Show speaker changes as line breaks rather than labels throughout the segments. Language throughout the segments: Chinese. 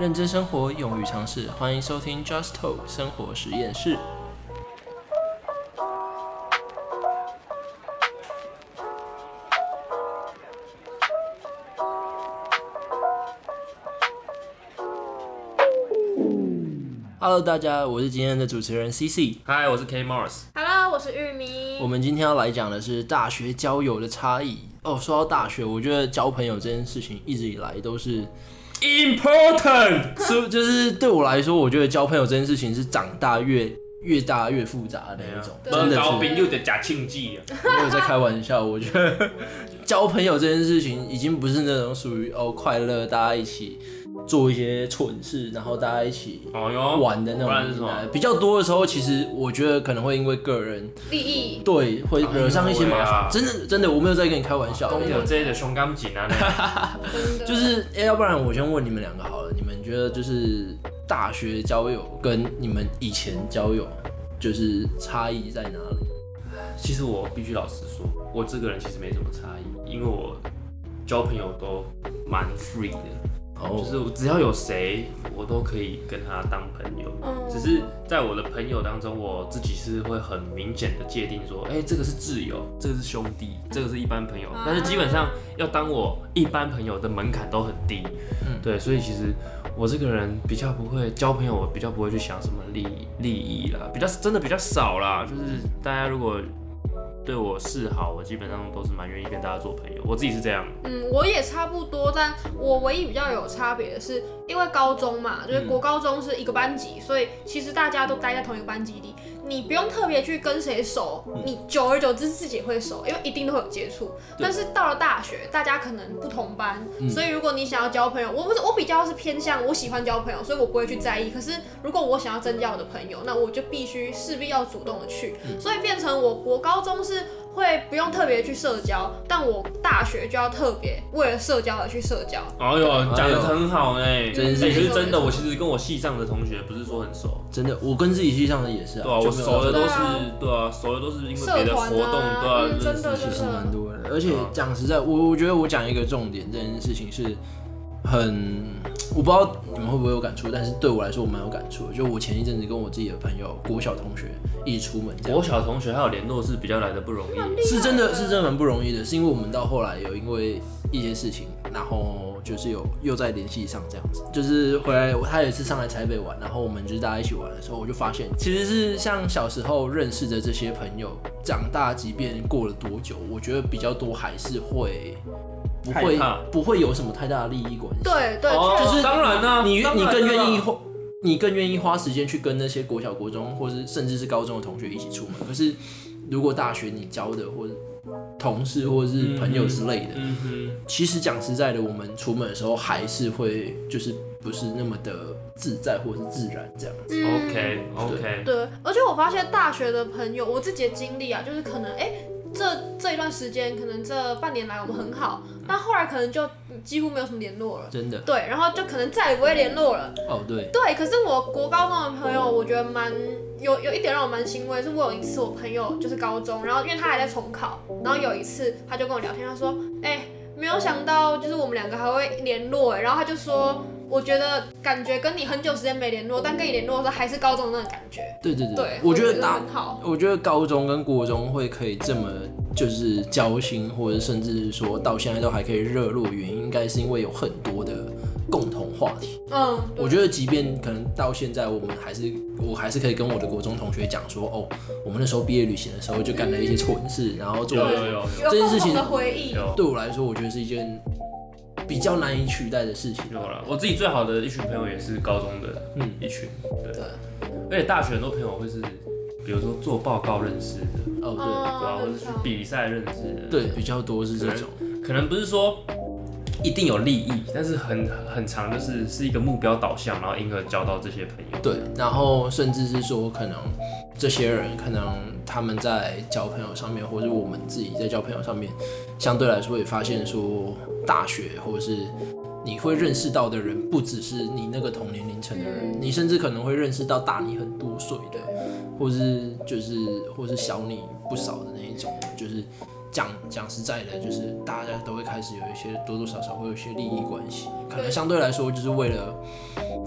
认知生活，勇于尝试。欢迎收听 Just Talk 生活实验室。Hello，大家，我是今天的主持人 CC。
嗨，我是 K Morris。
Hello，我是玉米。
我们今天要来讲的是大学交友的差异。哦，说到大学，我觉得交朋友这件事情一直以来都是
Important，
是就是对我来说，我觉得交朋友这件事情是长大越越大越复杂的那一种，
对
真
门
的
啊高
是
兵又得假庆忌啊。
没有在开玩笑。我觉得交朋友这件事情已经不是那种属于哦快乐，大家一起做一些蠢事，然后大家一起。
哦哟，
玩的那
不然是什
种
么
比较多的时候，其实我觉得可能会因为个人
利益，
对会惹上一些麻
哎呀
烦，真的真的我没有在跟你开玩笑，
公牛这类的胸钢筋啊，
真的
就是、诶要不然我先问你们两个好了，你们觉得就是大学交友跟你们以前交友就是差异在哪里？
其实我必须老实说，我这个人其实没什么差异，因为我交朋友都蛮 free 的，
哦
就是我只要有谁，我都可以跟他当朋友。
嗯
只是在我的朋友当中，我自己是会很明显的界定说，哎、这个是挚友，这个是兄弟，这个是一般朋友。
啊
但是基本上要当我一般朋友的门槛都很低，
嗯
对，所以其实我这个人比较不会交朋友，我比较不会去想什么利利益啦，比较真的比较少啦。就是大家如果对我示好，我基本上都是蛮愿意跟大家做朋友，我自己是这样。
嗯，我也差不多，但我唯一比较有差别的是，因为高中嘛，就是国高中是一个班级，所以其实大家都待在同一个班级里，你不用特别去跟谁熟，你久而久之自己会熟，因为一定都会有接触。
对
但是到了大学，大家可能不同班，
嗯
所以如果你想要交朋友，我不是我比较是偏向我喜欢交朋友，所以我不会去在意。可是如果我想要增加我的朋友，那我就必须势必要主动的去，
嗯
所以变成我国高中是会不用特别去社交，但我大学就要特别为了社交而去社交。
哎呦，讲的很好哎、欸，
真是
哎可是真的，我其实跟我系上的同学不是说很熟。
真的，我跟自己系上的也是啊，
对啊，
就
我
没有
熟
到
的都
对啊
是对啊，熟的都是因为别的活动，
社团啊
对啊，
嗯
认识
真的
其
真
实
是
的
蛮多的。而且
对啊
讲实在，我我觉得我讲一个重点，这件事情是很，我不知道你们会不会有感触，但是对我来说我蛮有感触的。就我前一阵子跟我自己的朋友国小同学一起出门，这样
国小同学还有联络是比较来的不容易，
是真的是真的蛮不容易的，是因为我们到后来有因为一些事情，然后就是有又在联系上这样子。就是回来他有一次上来台北玩，然后我们就是大家一起玩的时候，我就发现其实是像小时候认识的这些朋友，长大即便过了多久，我觉得比较多还是会不
害
会
怕
不会有什么太大的利益关系。
对对，
哦
确实
就是
当然啦
你
当然啊
你更愿意
啦
花，你更愿意花时间去跟那些国小、国中，或是甚至是高中的同学一起出门。可是如果大学你交的或者同事或者是朋友之类的，
嗯哼。
其实讲实在的，我们出门的时候还是会就是不是那么的自在或是自然这样子。
嗯
OK OK，
对，而且我发现大学的朋友，我自己的经历啊，就是可能哎、诶这这一段时间，可能这半年来我们很好，但后来可能就几乎没有什么联络了。
真的
对，然后就可能再也不会联络了。
哦，对，
对，可是我国高中的朋友，我觉得蛮有有一点让我蛮欣慰，是我有一次我朋友就是高中，然后因为他还在重考，然后有一次他就跟我聊天，他说，哎、没有想到就是我们两个还会联络，哎然后他就说，我觉得感觉跟你很久时间没联络，但跟你联络的时候还是高中的那种感觉。
对对对，
对，
我觉得大
很好。
我觉得高中跟国中会可以这么就是交心，或者甚至说到现在都还可以热络，原因应该是因为有很多的共同话题。
嗯，
我觉得，即便可能到现在，我们还是我还是可以跟我的国中同学讲说，哦，我们那时候毕业旅行的时候就干了一些蠢事，然后做
有
了。
有有
有
这件事
共
情
同的回忆。
有
对我来说，我觉得是一件比较难以取代的事情。
有了。我自己最好的一群朋友也是高中的
嗯，
一群，对
对。
而且大学很多朋友会是，比如说做报告认识的，
哦，
对吧？啊
嗯，
或者去比赛认识的，
对对，比较多是这种。
可能不是说一定有利益，但是很很长就是是一个目标导向，然后因而交到这些朋友。
对，然后甚至是说，可能这些人可能他们在交朋友上面，或者我们自己在交朋友上面，相对来说也发现说，大学或者是你会认识到的人，不只是你那个同年龄层的人，
嗯
你甚至可能会认识到大你很多岁的，或是就是或是小你不少的那一种，就是讲讲实在的，就是大家都会开始有一些多多少少会有一些利益关系，可能相对来说就是为了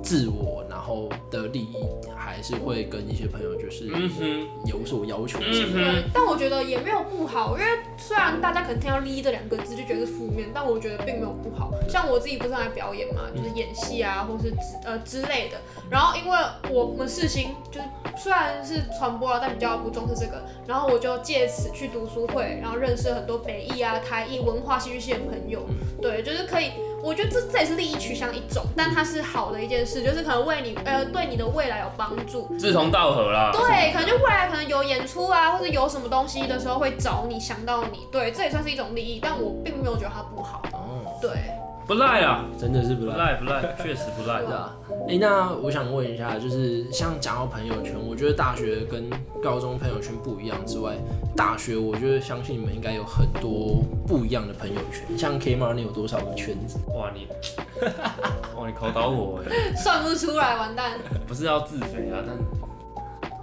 自我，然后的利益，还是会跟一些朋友就是
嗯哼，
有所要求什
嗯
么的。
哼
对，但我觉得也没有不好，因为虽然大家可能听到“利益”这两个字就觉得是负面，但我觉得并没有不好。像我自己不是很爱表演
嗯
嘛，就是演戏啊，或是之呃之类的。然后因为我们世新就是虽然是传播了，但比较不重视这个。然后我就借此去读书会，然后认识了很多北艺啊、台艺、文化戏剧系的朋友。
嗯
对，就是可以。我觉得这这也是利益取向一种，但它是好的一件事，就是可能为你呃对你的未来有帮助。
志同道合啦。
对，可能就未来可能有演出啊，或者有什么东西的时候会找你，想到你，对，这也算是一种利益，但我并没有觉得它不好，
哦，
对，
不赖啊，
真的是不
不
赖。
赖不赖， 确实不赖
对。啊，哎、那我想问一下，就是像讲到朋友圈，我觉得大学跟高中朋友圈不一样之外，大学我觉得相信你们应该有很多不一样的朋友圈。像 K 妈，你有多少个圈子？
哇你， 哇你考倒我哎，
算不出来，完蛋，
不是要自肥啊，但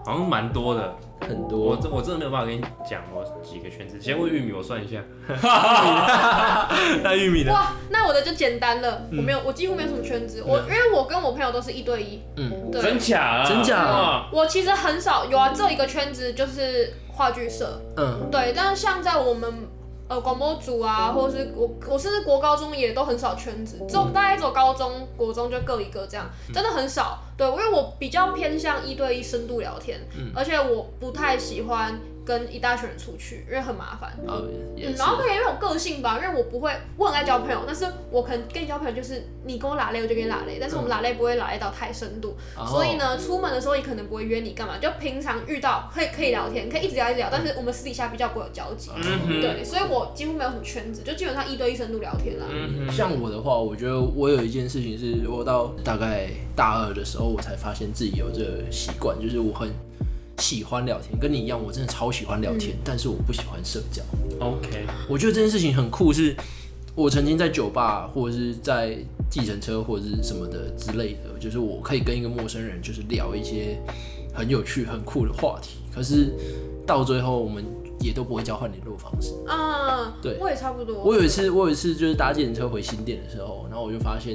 好像蛮多的。
很
我
多。
真我真的没有办法跟你讲我几个圈子。先问玉米，我算一下。那玉米呢？
哇，那我的就简单了，我没有，我几乎没有什么圈子，我因为我跟我朋友都是一对一，
嗯，
对，
真假啊？
真假
哇
我其实很少有啊，只有一个圈子就是话剧社，
嗯，
对，但是像在我们。呃，广播组啊，或者是我，我甚至国高中也都很少圈子，
嗯
只有大概只有高中、国中就各一个这样，真的很少。对，因为我比较偏向一对一深度聊天，
嗯
而且我不太喜欢跟一大群人出去，因为很麻烦。
呃，也
嗯，
是
然。后可能因为我个性吧，因为我不会，我很爱交朋友，但是我可能跟你交朋友就是你跟我拉累，我就跟你拉累，但是
嗯
我们拉累不会拉累到太深度，
哦
然后
所以，呢，出门的时候也可能不会约你干嘛，就平常遇到可以可以聊天，可以一直聊一
嗯
直聊，但是我们私底下比较不会有交集。
嗯哼
对，所以我几乎没有什么圈子，就基本上一对一深度聊天啦。
嗯哼
像我的话，我觉得我有一件事情是，我到大概大二的时候，我才发现自己有这个习惯，就是我很喜欢聊天，跟你一样，我真的超喜欢聊
嗯
天，但是我不喜欢社交。
，OK，
我觉得这件事情很酷是，我曾经在酒吧或者是在计程车或者是什么的之类的，就是我可以跟一个陌生人就是聊一些很有趣、很酷的话题，可是到最后我们也都不会交换联络方式。
啊，
嗯对
我也差不多。
我有一次，我有一次就是搭计程车回新店的时候，然后我就发现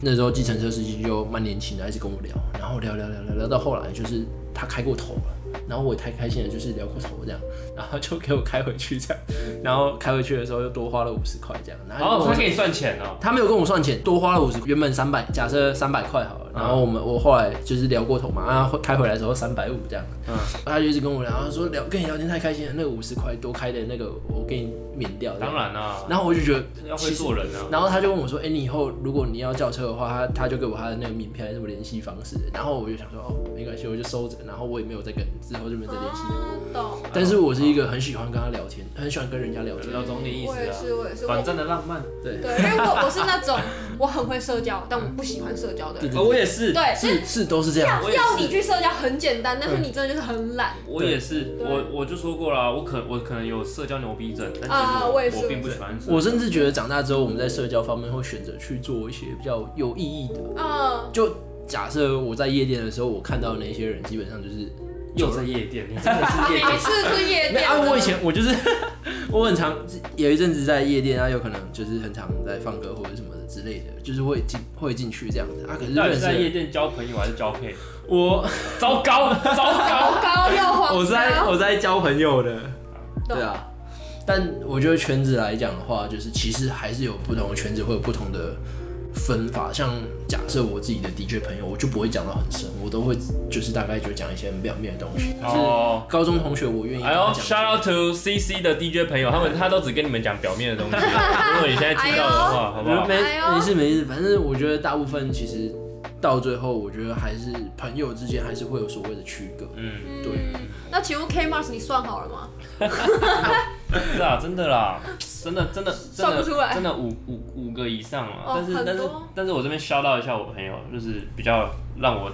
那时候计程车司机就蛮年轻的，一直跟我聊，然后聊聊聊聊聊到后来就是他开过头了，然后我也太开心了，就是聊过头这样， 然后他就给我开回去这样，然后开回去的时候又多花了五十块这样，然后
哦，
我
他给你算钱哦。
他没有跟我算钱，多花了五十，原本三百，假设三百块好了。
嗯
然后我们我后来就是聊过头嘛，啊，开回来的时候三百五这样。
嗯
嗯，他就一直跟我聊，他说聊跟你聊天太开心了，那个五十块多开的那个我给你免掉。这样
当然啦，
然后我就觉得
啊要会做人啊。
然后他就问我说：“哎、你以后如果你要叫车的话，他他就给我他的那个名片还是什么联系方式。”然后我就想说：“哦，没关系，我就收着。”然后我也没有再跟之后就没有再联系。
啊，懂。
但是我是一个很喜欢跟他聊天，很喜欢跟人家聊
我
天
知。道懂你意
我也
思
是，我也是。
啊，短
我
暂的浪漫。
对，
对，因为我我是那种我很会社交，但我不喜欢社交的
对
人。
对
哦，我也是，
对，所以
是是都嗯是这样。
要
我也是
要你去社交很简单，但是你真的就是很懒。
我也是，
对
我我就说过了，我可我可能有社交牛逼症，但其
啊
实
我也是
我并不喜欢社交。
我甚至觉得长大之后，我们在社交方面会选择去做一些比较有意义的。
嗯，
就假设我在夜店的时候，我看到那些人，基本上就是
又在夜店，你真的是夜
每
店。
次去夜
没
店
有啊，我以前我就是我很常有一阵子在夜店啊，有可能就是很常在放歌或者什么的之类的，就是会进会进去这样子啊。可是
到底
认
是
识
在夜
人
店交朋友还是交配？
我
糟糕，糟 糕！
糟糕又黄标，
我是在我是在交朋友的，
懂
对啊。但我觉得圈子来讲的话，就是其实还是有不同的圈子会有不同的分法。像假设我自己的 DJ 朋友，我就不会讲到很深，我都会就是大概就讲一些很表面的东西。但是
哦，
高中同学，我愿意跟
哎
他
呦
讲这些。
，shout out to CC 的 DJ 朋友，他们他都只跟你们讲表面的东 西。如果你现在听到的话，好不好？
没
哎呦
没事没事，反正我觉得大部分其实到最后，我觉得还是朋友之间还是会有所谓的区隔。
嗯，
对
嗯，那请问 K Mars 你算好了吗？
是啊，真的啦，真的真的真
算不出来
的真的五五五个以上啊。
哦
但是
很
但是
多
但是我这边 shout out 一下我朋友，就是比较让我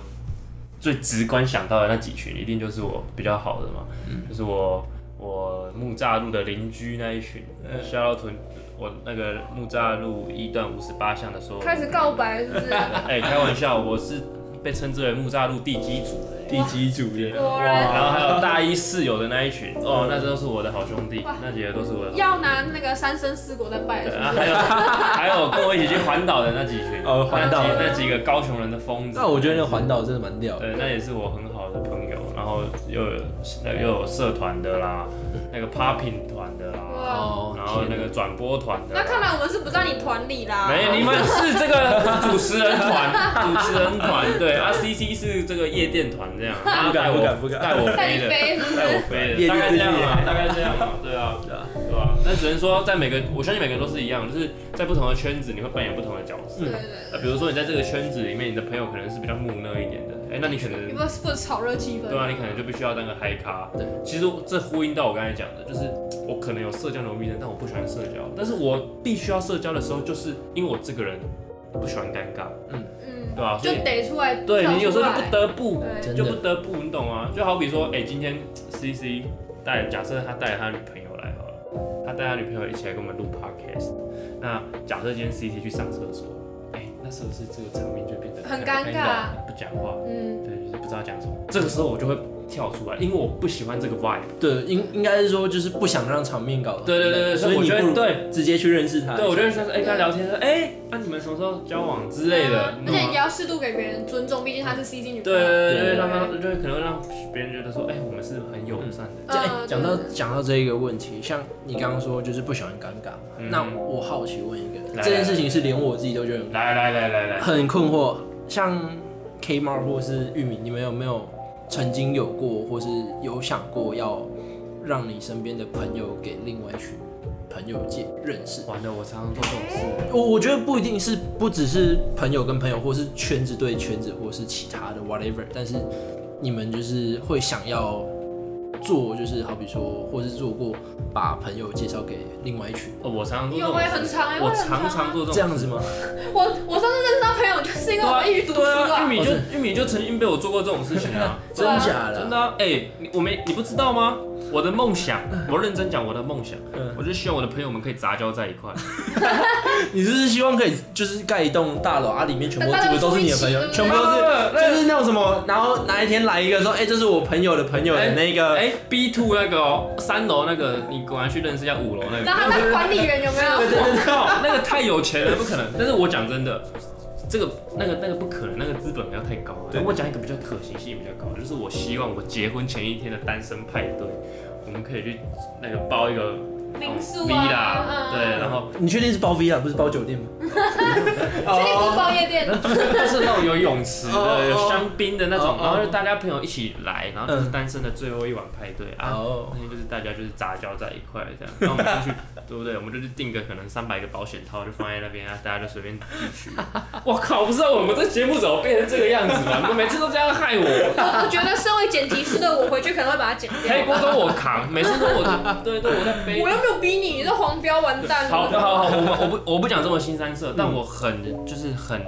最直观想到的那几群，一定就是我比较好的嘛，
嗯
就是我我木栅路的邻居那一群，shout
嗯
out to 我那个木栅路一段五十八巷的时候，
开始告白是不是？
哎、开玩笑，我是被称之为木栅路地基组的、
地基主耶，
果
然
然
后还有大一室友的那一群，哦，那都是我的好兄弟，那几个都是我的好兄弟。
要拿那个三生四果在拜
对
的，是
啊，
不
还
是？
有还有跟我一起去环岛的那几群，
哦环岛
那几那几个高雄人的疯子。
那我觉得那个环岛真的蛮屌的，
对，那也是我很好的朋友，然后又有又有社团的啦，
嗯
那个 popping 团的啦，
哦
然后那个转播团的啦
那。看来我们是不在你团里啦。
没有，你们是这个主持人 团，主持人团对啊，C C 是这个夜店团这样，他带我
不敢不敢
带我
带
飞
你
的，
飞是不
带我
是？
飞
夜
的，
店
大概这样
之
嘛
夜，
大概这样嘛，对啊，
对啊
对吧？但只能说，在每个我相信每个人都是一样，就是在不同的圈子，你会扮演不同的角色
对。对对，
呃，比如说你在这个圈子里面，你的朋友可能是比较木讷一点的，哎、那你可能
你不是不炒热气氛？
对啊，你可能就必须要当个嗨咖。
对，
其实这呼应到我刚才讲的，就是我可能有社交牛逼症，但我不喜欢社交，但是我必须要社交的时候，就是因为我这个人不喜欢尴尬，
嗯，啊
对啊所以
就得出来，
对
跳
你有时候
出
就
来
不得不
对
真
就不
的
得不，你懂吗？就好比说，哎、今天 C C 带，假设他带了他女朋友来好了，他带他女朋友一起来跟我们录 podcast。那假设今天 C C 去上厕所，哎、那是不是这个场面就变得
很尴尬
不讲话，
嗯，
对，就是不知道讲什么。这个时候我就会跳出来，因为我不喜欢这个 vibe。啊
对，应应该是说就是不想让场面搞得很
对对对对，
烂所
所以
以
我
你
觉
不
得
如
对。
直接去认识他，
对，我就会说，
啊
哎、跟他聊天说，哎、那、你们什么时候交往之类的，你懂
而且
吗
你？要适度给别人尊重，毕竟她是 C G 女朋
对
友。
对对，
对
让他就会可能会让别人觉得说，哎、我们是很友善的。
这哎
嗯
讲到
对对
讲到这一个问题，像你刚刚说就是不喜欢尴尬嘛，
嗯
那我好奇问一个，
来
这件事情是连我自己都觉得很
来来来来来，
很困惑，像 Kmart 或是玉米，你们有没有曾经有过，或是有想过要让你身边的朋友给另外一群朋友界认识？
完了，我常常做这种
哎
事。
我我觉得不一定是不只是朋友跟朋友，或是圈子对圈子，或是其他的 whatever，但是你们就是会想要做，就是好比说，或是做过把朋友介绍给另外一群，
哦，我常常做这
有
种
我也
事
很常欸
我
我也很
常
常
常
啊
做这种
这样子吗？
我我上次认识到朋友，就是因为我们一起读书
对啊，玉
啊。
米
哦
就玉米就曾经被我做过这种事情 啊，
真
啊
假的？
真的啊哎、你我没你不知道吗？我的梦想，我认真讲我的梦想，
嗯
我就希望我的朋友们可以杂交在一块。
你是不是希望可以就是盖一栋大楼啊，里面全部住的都是你的朋友，全部都是就是那种什么，然后哪一天来一个说，哎、这是我朋友的朋友的那个，
哎、b two 那个哦，三楼那个，你果然去认识一下五楼那个
然。后他当管理员有没有？
我靠，那个太有钱了，不可能。但是我讲真的，这个那个那个不可能，那个资本不要太高了。
对
我讲一个比较可行性比较高的，就是我希望我结婚前一天的单身派对，我们可以去那个包一个
民宿
啦、
啊嗯
对，然后
你确定是包 V 啊，不是包酒 店吗？
确定不是包夜店？
就是那种有泳池
哦
的、有香槟的那
哦
种，
哦
然后就大家朋友一起来，然后就是
嗯
单身的最后一晚派对啊。
哦
那，天就是大家就是杂交在一块这样，然后我们就去，对不对？我们就去订个可能三百个保险套，就放在那边啊，大家就随便自己取。 我靠，不知道我们这节目怎么变成这个样子啊了？你们每次都这样害我。
我我觉得身为剪辑师的我回去可能会把它剪掉。
黑锅都我扛，每次都我，对对，我在背
我。又没有逼你，你这黄标完蛋了。
好，好， 好，我嗯们我不我不讲这么新三色，但我很就是很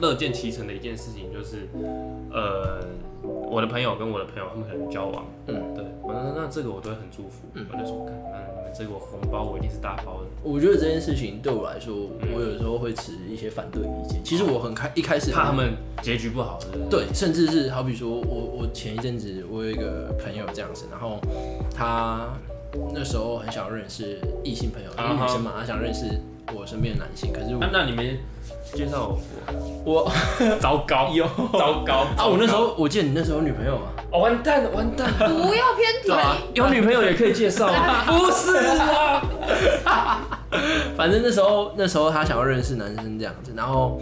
乐见其成的一件事情就是，呃，我的朋友跟我的朋友他们可能交往，
嗯
嗯，对，我说那这个我都会很祝福，我就说，看，那你们这个我红包我一定是大包的，
我觉得这件事情对我来说，我有时候会持一些反对意见。其实我很开一开始
怕他们结局不好，是不是？
对，甚至是好比说我我前一阵子我有一个朋友这样子，然后他那时候很想认识异性朋友，因为女生嘛，她想认识我身边的男性，可是我
啊，那你们介绍我，
我
糟糕， 有糟糕
啊，我那时候我记得你那时候有女朋友嘛，
哦完蛋了，完蛋了，
不要偏题。
有女朋友也可以介绍啊， 不是啊，
反正那时候那时候他想要认识男生这样子，然后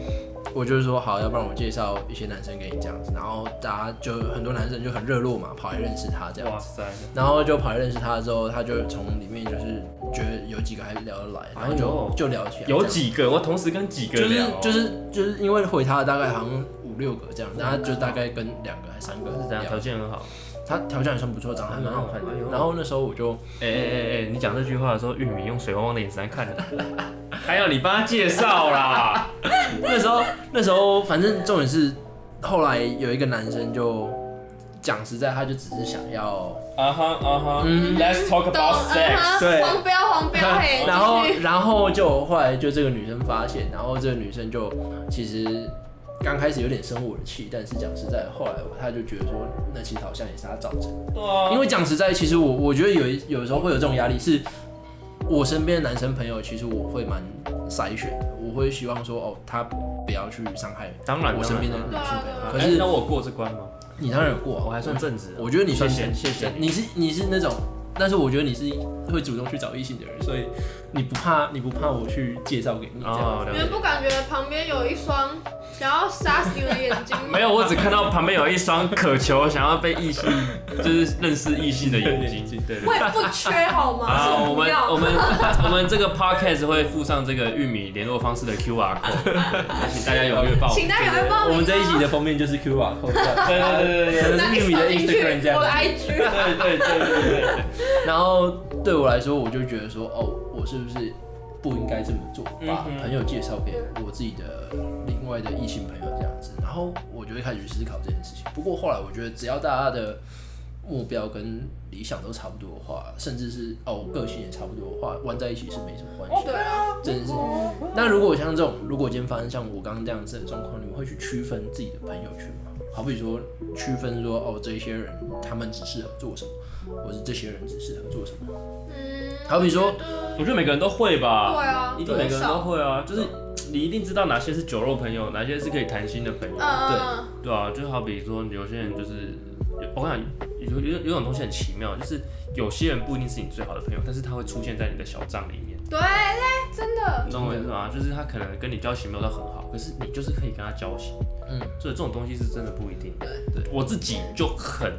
我就说好，要不然我介绍一些男生给你这样子，然后大家就很多男生就很热络嘛，跑来认识他这样
哇。塞，
然后就跑来认识他之后，他就从里面就是觉得有几个还聊得来，然后就、
哎呦
就聊起来。
有几个，我同时跟几个
这
聊
样
哦，
就是就是就是因为回他大概好像五六个这样，然后他就大概跟两个还三个
是怎样条
聊。
件很好。
他条件还算不错，长得还蛮好看的
哎呦。
然后那时候我就
哎哎哎哎，你讲这句话的时候，玉米用水汪汪的眼神在看你， 还要你帮他介绍 啦。
那时候那时候反正重点是后来有一个男生就讲实在，他就只是想要
啊哈啊哈
嗯
，Let's talk
懂嗯哼
对
黄标黄标嘿，
然后
哎继续
然后就后来就这个女生发现，然后这个女生就其实刚开始有点生我的气，但是讲实在的，后来他就觉得说，那其实好像也是他造成的。
对
哦
啊
因为讲实在，其实我我觉得有一有时候会有这种压力，是我身边的男生朋友，其实我会蛮筛选的，我会希望说哦，他不要去伤害
当然
我身边的
当
女
然
性朋友。
对啊
可
哎
是
那我有过这关吗？
你当然有过、啊，
我还算正直啊。
我觉得你
谢
算
谢谢谢你。
你是你是那种，但是我觉得你是会主动去找异性的人，所以你不怕你不怕我去介绍给你这样
哦，
子。
了
你
解
们。不感觉旁边有一双想要杀死你们的眼睛吗？
没有，我只看到旁边有一双渴求想要被异性，就是认识异性的眼睛。 对对
我也不缺好吗？是
啊，我
不
们
要
我们 我们这个 podcast 会附上这个玉米联络方式的 QR code，对请大家踊跃报名。
请大家有没有报名、啊？
我们这一集的封面就是 Q R code，对
对对对对
可能是玉米的 Instagram 这样
我
子
的。IG
对对对对对对，
然后对我来说，我就觉得说，哦，我是不是不应该这么做？把
嗯哼
朋友介绍给我自己的另外的异性朋友这样子，然后我就会开始去思考这件事情。不过后来我觉得，只要大家的目标跟理想都差不多的话，甚至是哦个性也差不多的话，玩在一起是没什么关
哦
系
对
的。
啊，
真的是，那如果像这种，如果今天发生像我刚刚这样子的状况，你们会去区分自己的朋友圈吗？好比说区分说哦，这些人他们只适合做什么，或是这些人只适合做什么？
嗯，
好比说
我觉得
我觉得每个人都会
对
吧，
啊，
一定每个人都会啊，就是你一定知道哪些是酒肉朋友，哪些是可以谈心的朋友
嗯，嗯，
对啊，就好比说有些人就是，我跟你讲有有有种东西很奇妙，就是有些人不一定是你最好的朋友，但是他会出现在你的小账里面。
对嘞，真的，
你懂我意思吗？就是他可能跟你交情没有到很好，可是你就是可以跟他交情，
嗯，
所以这种东西是真的不一定。
对，
我自己就很，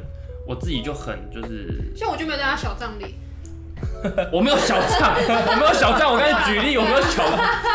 我自己就很就是，
像我就没有在他小账里，
我没有小账，我没有小账，我刚才举例，我没有小，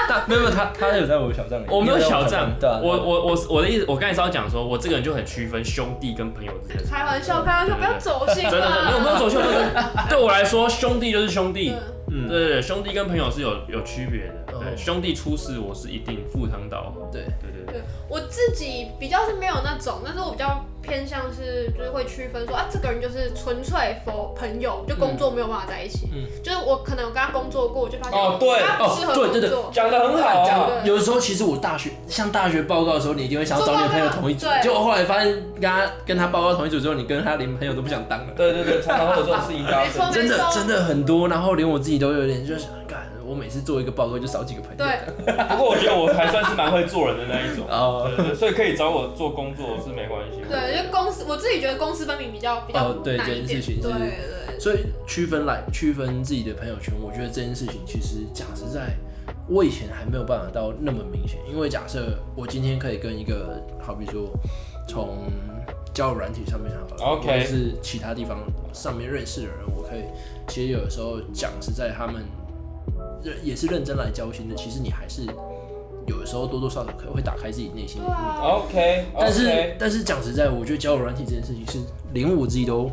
但没有没有他他有在我的小账里，
我没有小账
对啊，，
我
对啊
我我我的意思，我刚才是要讲说，我这个人就很区分兄弟跟朋友之间的差
开玩笑，开玩笑，不要走心
别，
啊，
真的真的没有没有走秀，就是对我来说，兄弟就是兄弟。
嗯
对对对，兄弟跟朋友是有有区别的。对，
哦
兄弟出事我是一定赴汤蹈火。
嗯对
对对对，
对我自己比较是没有那种，但是我比较偏向是就是会区分说啊，这个人就是纯粹 for 朋友，就工作没有办法在一起。
嗯
就是我可能有跟他工作过，我就发现
哦对
他不适合工
哦对对
作。
讲的很好
对
啊。
对
有时候其实我大学像大学报告的时候，你一定会想要找你的朋友同一组
对，
结果后来发现跟他跟他报告同一组之后，你跟他连朋友都不想当了。
对对对，常常会有这种事情发
没错
生。
真的
没错
真的很多，然后连我自己都有点就是，干，我每次做一个报告就少几个朋友。
对，
不过我觉得我还算是蛮会做人的那一种，
哦
对对对所以可以找我做工作是没关系。
对，就公司我自己觉得公私分明比较比较
哦对
难
这件
一点。
事情是
对对
所以区分来区分自己的朋友圈，我觉得这件事情其实讲实在，我以前还没有办法到那么明显。因为假设我今天可以跟一个，好比说从交友软体上面好了
OK
或者是其他地方上面认识的人，我可以其实有的时候讲实在，他们认也是认真来交心的，其实你还是有的时候多多少少可能会打开自己内心
对
的幕
啊，
OK，
但是但是讲实在，我觉得交友软体这件事情是连我自己都，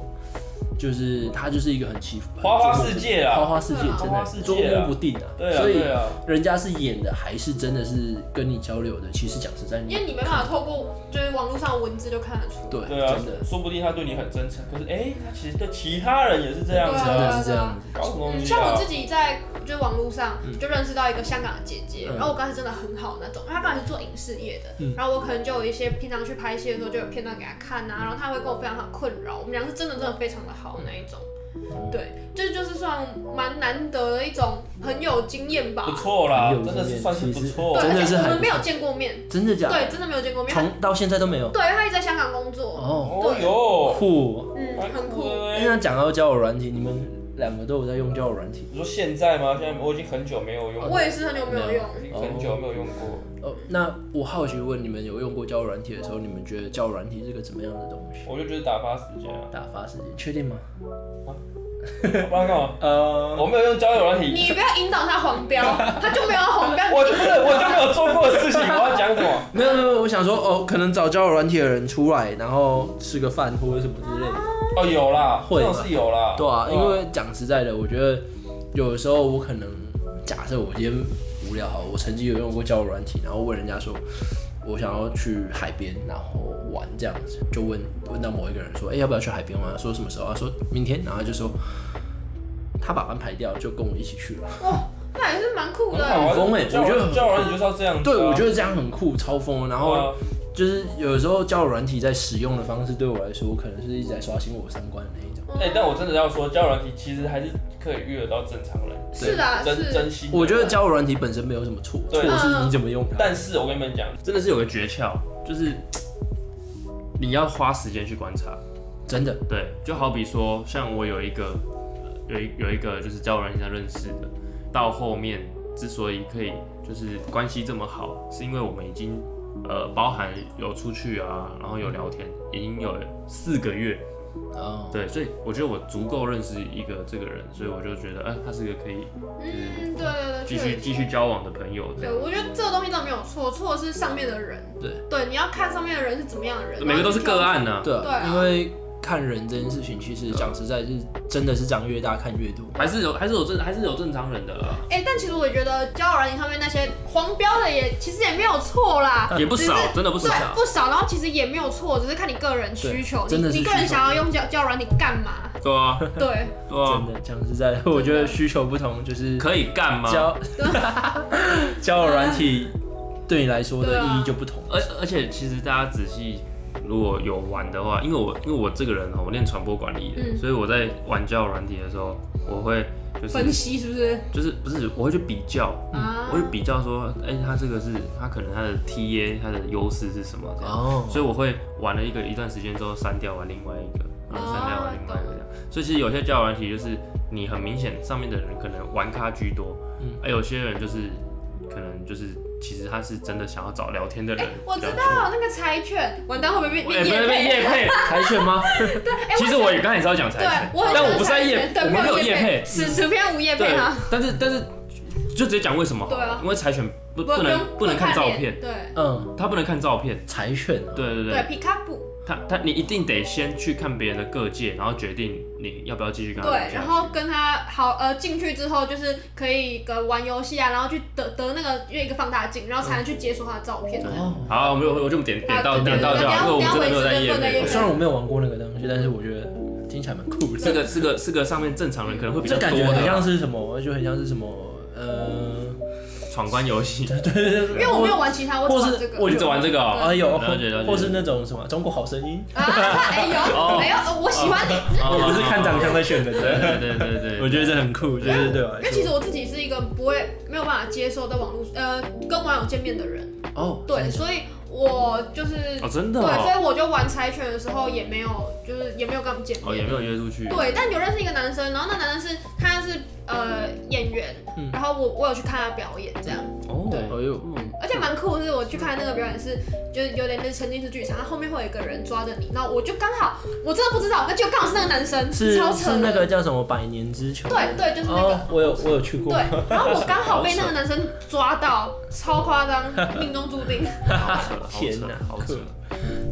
就是它就是一个很欺负
花花世界啊
花花世界
对啊
真
花花
的
世界啊
捉摸不定啊，
对啊
所以
对啊
人家是演的还是真的是跟你交流的？其实讲实在，
因为你没办法透过就是网络上的文字就看得出。
对
对啊
真的，
说不定他对你很真诚，可是哎、他其实对其他人也是这样子、
对啊
真
啊，
的是这样子。
搞什么东
嗯，
西
像我
啊
自？己在就是网络上就认识到一个香港的姐姐，
嗯
然后我刚才真的很好那种，她刚才是做影视业的，然后我可能就有一些平常去拍戏的时候就有片段给她看啊，然后她会跟我分享她的困扰，我们俩是真的真的非常的好那一种，
哦
对，这就是算蛮难得的一种很有经验吧
不，错啦
很，有
真的
经
是
验
算是
其
不
实
错
对，。
真的
而
是
且
很
我们没有见过面，
真的假的？
对，真的没有见过面，她
从到现在都没有。
对，她一直在香港工作，
哦，
哦哟，
酷。
嗯，很酷，
哎那讲到交友软体，你们两个都有在用交友软体？
你说现在吗？现在我已经很久没有用，
我也是很久没 有用，
已经很久没有用过。
哦，那我好奇问你们，有用过交友软体的时候，你们觉得交友软体是个怎么样的东西？
我就觉得打发时间 啊，
打发时间，确定吗？
不然干嘛？
呃，
我没有用交友软体，
你不要引导她黄标，她就没有要红干，
我就是我就没有做过的事情，我要讲什么？
没有没有，我想说哦，可能找交友软体的人出来，然后吃个饭或者什么之类的。
哦，有啦，
会
这
吗
种是有啦。
对啊，
嗯
因为讲实在的，我觉得有的时候我可能假设我今天无聊好了，我曾经有用过交友软体，然后问人家说，我想要去海边，然后玩这样子，就问问到某一个人说，哎、要不要去海边玩？说什么时候啊？说明天，然后他就说。他把班排掉，就跟我一起去了。
哇，哦那也是蛮酷
很
的。
好啊
很疯欸
交友
我觉得很
交友软体就是要这样子啊。
对，我觉得这样很酷，超疯的。然后
对啊
就是有时候交友软体在使用的方式，对我来说，可能是一直在刷新我三观的那一种。
嗯
欸
哎、但我真的要说，交友软体其实还是可以约得到正常人，
是啊，
真
是
真心的。
我觉得交友软体本身没有什么错，错
对
是你怎么用它。
但是我跟你们讲，
真的是有个诀窍，就是你要花时间去观察。
真的，
对，就好比说，像我有一个呃有一有一个就是交友软件上认识的，到后面之所以可以就是关系这么好，是因为我们已经呃包含有出去啊，然后有聊天，已经有四个月，
哦，
对，所以我觉得我足够认识一个这个人，所以我就觉得，哎、他是个可以
嗯，对对对，
继
确
续
实
继续交往的朋友，这
对，
样
我觉得这个东西倒没有错，错是上面的人。
对
对，你要看上面的人是怎么样的人。
每个都是个案
呢、
呢、
对啊，
对啊
因为看人这件事情，其实讲实在是真的是长越大看越多。
还是有还是有正还是有正常人的啦，
哎、但其实我觉得交友软件上面那些黄标的也其实也没有错啦，
也不
只
少
是，
真的不
对
少，。
不少。然后其实也没有错，只是看你个人需求，
对真的是
你你个人
需求
想要用交交友软件干 嘛？
对啊，
对，
对啊
真，的讲实在， 我觉得需求不同，就是
可以干吗？
交交友软体对你来说的意义就不同。
而而且其实大家仔细如果有玩的话，因为我因为我这个人哦，我练传播管理的，
嗯
所以我在玩交友软体的时候，我会就
分
是
析是不是？
就是不是我会去比较，
啊
嗯我会比较说，哎、他这个是他可能他的 TA 他的优势是什么这样，
哦
所以我会玩了一个一段时间之后删掉玩另外一个，然后删掉玩另外一个这样，
哦
所以其实有些交友软体就是你很明显上面的人可能玩咖居多，
嗯
而有些人就是可能就是其实他是真的想要找聊天的
哎、
人，
我知
聊天
道那个柴犬，完蛋会 不会
哎，
被
不
被
是被
配？
叶配，
柴犬吗？
哎
其实我也刚才也是要讲柴
对
犬，，
我很
但
喜
我
欢
不是在
柴
叶
犬，，对，
我们没有叶
业
配，
此此片无叶配
对
哈，，
但是但是就直接讲为什么好了
啊对啊
因为柴犬不
不
不能不能看照片，
脸，对
嗯，
它不能看照片，
柴犬啊，
对对
对，
对，
皮卡布，
它它你一定得先去看别人的各界，然后决定你要不要继续跟他聊下
对，
去
然后跟他好呃进去之后，就是可以呃玩游戏啊，然后去得得那个用一个放大镜，然后才能去解锁他的照片。
哦。
好，我们我我就点点到
啊对对
点到
对
就好，因为我
等一
们真的没
下
有在
等一下
叶
回
配
去。
虽然我没有玩过那个东西，但是我觉得听起来蛮酷
这
的。
个这个这个上面正常人可能会比较
这感觉
多
很像
的嗯
是什么，就很像是什么，呃，
闯关游戏，
因为我没有玩其他，我只
或
玩这
是
个。
我
你
就
只玩这个哦，
哎呦，
了解了解
或是那种什么《中国好声音
啊，哎呦，
哦
哎呦，呃我喜欢你，》，
我
我
不是看长相在选的，
对
对。
对对对哦对，
我觉得这很酷，就是
哦
对我来
因为其实
说。
我自己是一个不会没有办法接受在网络呃跟网友见面的人，
哦，
对，所以我就是
哦真的
对，
哦
所。以我就玩柴犬的时候也没有，就是也没有跟他们见面。
哦，也没有约出去。
对，但有认识一个男生，然后那男生是他是呃演员，
嗯
然后我我有去看他表演这样，
对
哦，
哎呦，
嗯
而且蛮酷的是，我去看那个表演是就是有点类似沉浸式剧场，他后面会有一个人抓着你，那我就刚好我真的不知道，那就刚好是那个男生，
是
超扯
是
的
那个叫什么《百年之囚》？
对对就是那个
哦，我有我有去过。
对，然后我刚好被那个男生抓到，超夸张，命中注定。
啊好扯，好扯
天哪
好扯
酷！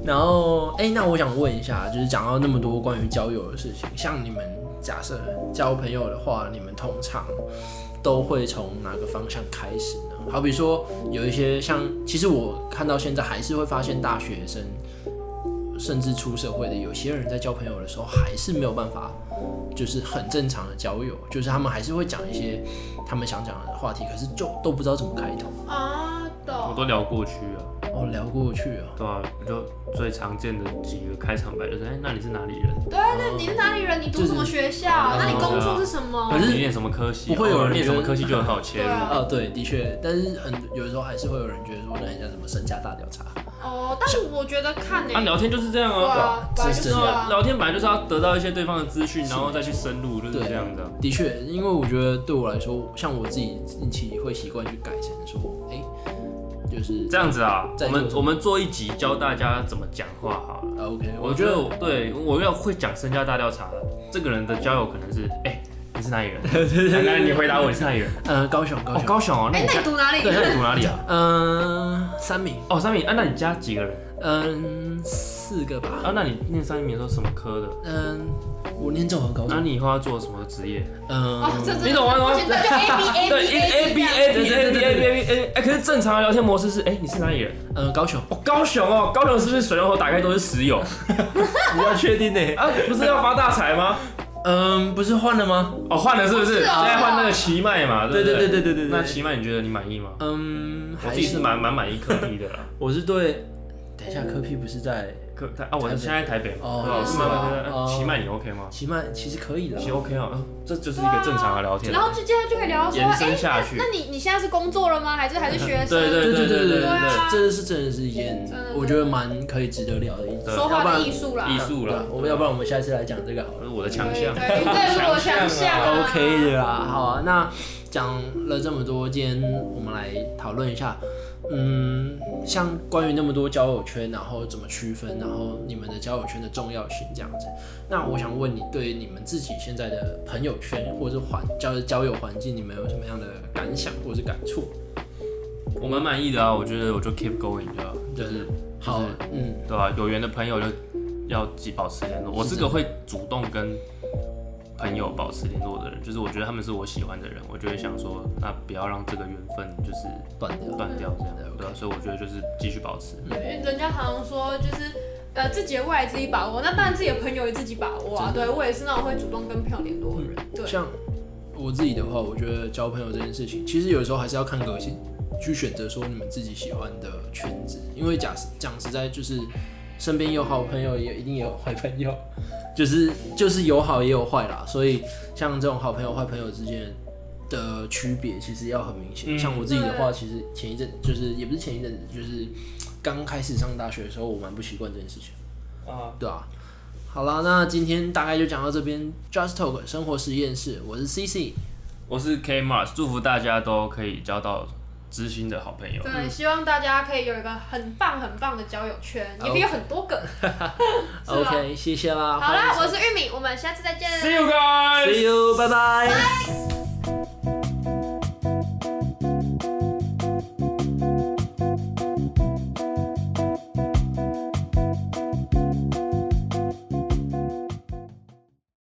然后，哎、那我想问一下，就是讲到那么多关于交友的事情，像你们假设交朋友的话，你们通常都会从哪个方向开始呢？好比说，有一些像，其实我看到现在还是会发现，大学生甚至出社会的有些人在交朋友的时候，还是没有办法，就是很正常的交友，就是他们还是会讲一些他们想讲的话题，可是就都不知道怎么开头。
啊，
我
懂。
都聊过去啊，
哦，聊过去啊，
对啊，就最常见的几个开场白就是，哎，那你是哪里
嗯
人？
对，那你是哪里人？你读什么学校？那你工作是什么
可？是
你念什么科系？
不会有人
哦念什么
觉得
科系就很好切入
对。啊
啊，对，的确，但是很有的时候还是会有人觉得说，那很像什么身家大调查，
哦，但是我觉得看
啊，
呢，
聊天就是这样
对
啊，
啊，本来就是
对
啊
啊。
聊天本来就是要得到一些对方的资讯，然后再去深入，就是
对
这样的。
的确，因为我觉得对我来说，像我自己近期会习惯去改成说，哎、就是
这样子啊，
在
我们
做
我们做一集教大家怎么讲话好了。
啊，OK，
我觉得我对我要会讲身家大调查的，这个人的交友可能是，哎，你是哪 里人？来来，你回答我，你是哪里人？
呃，高雄，高
哦，
雄，
高雄哦，那
哎，
你
那
家
你读哪里？
对，那你读哪里啊？
嗯、三名，
哦，三米啊，那你家几个人？
嗯、四个吧，
啊，那你念三米的时候什么科的？
嗯、我念综合高
那
中，
你以后要做什么职业？
嗯、
哦，这真的
你懂吗
不行
懂吗
这就 A B A
对，A B A B A
B A
B A B A B A，哎，可是正常的聊天模式是，哎，你是哪里人？
呃，高雄，
哦，高雄哦，高雄是不是水龙头打开都是石油
你要确定呢、
啊？不是要发大财吗？
嗯、不是换了吗？
哦，换了是不是？
是
现
哦
在换那个奇迈嘛？
对
对
对
不
对对对对
那
对，
奇迈你觉得你满意吗？
嗯，
我
还
自己是蛮蛮满意科技的啦。
我是对等一下，科 P 不是在
可啊，我现在在台北，
哦
对啊
是
吗
我是骑慢你 OK 吗？
骑慢，其实可以的。
骑 OK 啊，嗯这就是一个正常的聊天
然，后就接下来就可以聊说，
延
哎、
伸下去
那，你你现在是工作了吗？还是还是学生？
对
对对对对
对
对
啊，
这是真的是一件
真的
我觉得蛮可以值得聊的一件事。
对
说
要不
话
然
的艺术啦，
艺术
对啊
了，
我们要不然我们下次来讲这个好了。
这是我的强项
对，对对，是我强项啊
OK 的啦，好啊。那讲了这么多，今天我们来讨论一下，嗯，像关于那么多交友圈，然后怎么区分，然后你们的交友圈的重要性这样子。那我想问你，对你们自己现在的朋友圈或者是环交交友环境，你们有什么样的感想或是感触？
我蛮满意的啊，我觉得我就 keep going 就好
就是好，嗯，
对吧、有缘的朋友就要记保持联络。我是个会主动跟朋友保持联络的人，就是我觉得他们是我喜欢的人，我就会想说，那不要让这个缘分就是
断掉。
断掉这样
嗯，
对吧、所以我觉得就是继续保持。
对人家好像说就是。呃，自己的未来自己把握，那当然自己的朋友也自己把握啊。对我也是那种会主动跟朋友联络的人。
嗯
对，
像我自己的话，我觉得交朋友这件事情，其实有时候还是要看个性，去选择说你们自己喜欢的圈子。因为假实讲实在，就是身边有好朋友，也一定也有坏朋友，就是就是有好也有坏啦。所以像这种好朋友、坏朋友之间的区别，其实要很明显。
嗯
像我自己的话，其实前一阵就是也不是前一阵子，就是刚开始上大学的时候，我蛮不习惯这件事情。
啊，
对啊。好啦，那今天大概就讲到这边。Just Talk 生活实验室，我是 CC，
我是 K Mars，祝福大家都可以交到知心的好朋友。
对，希望大家可以有一个很棒很棒的交友圈，也可以有很多
嗯
个。是吧
OK，谢谢啦。
好啦，
欢
我是玉米，我们下次再见。
See you guys。
迎 See you，拜拜。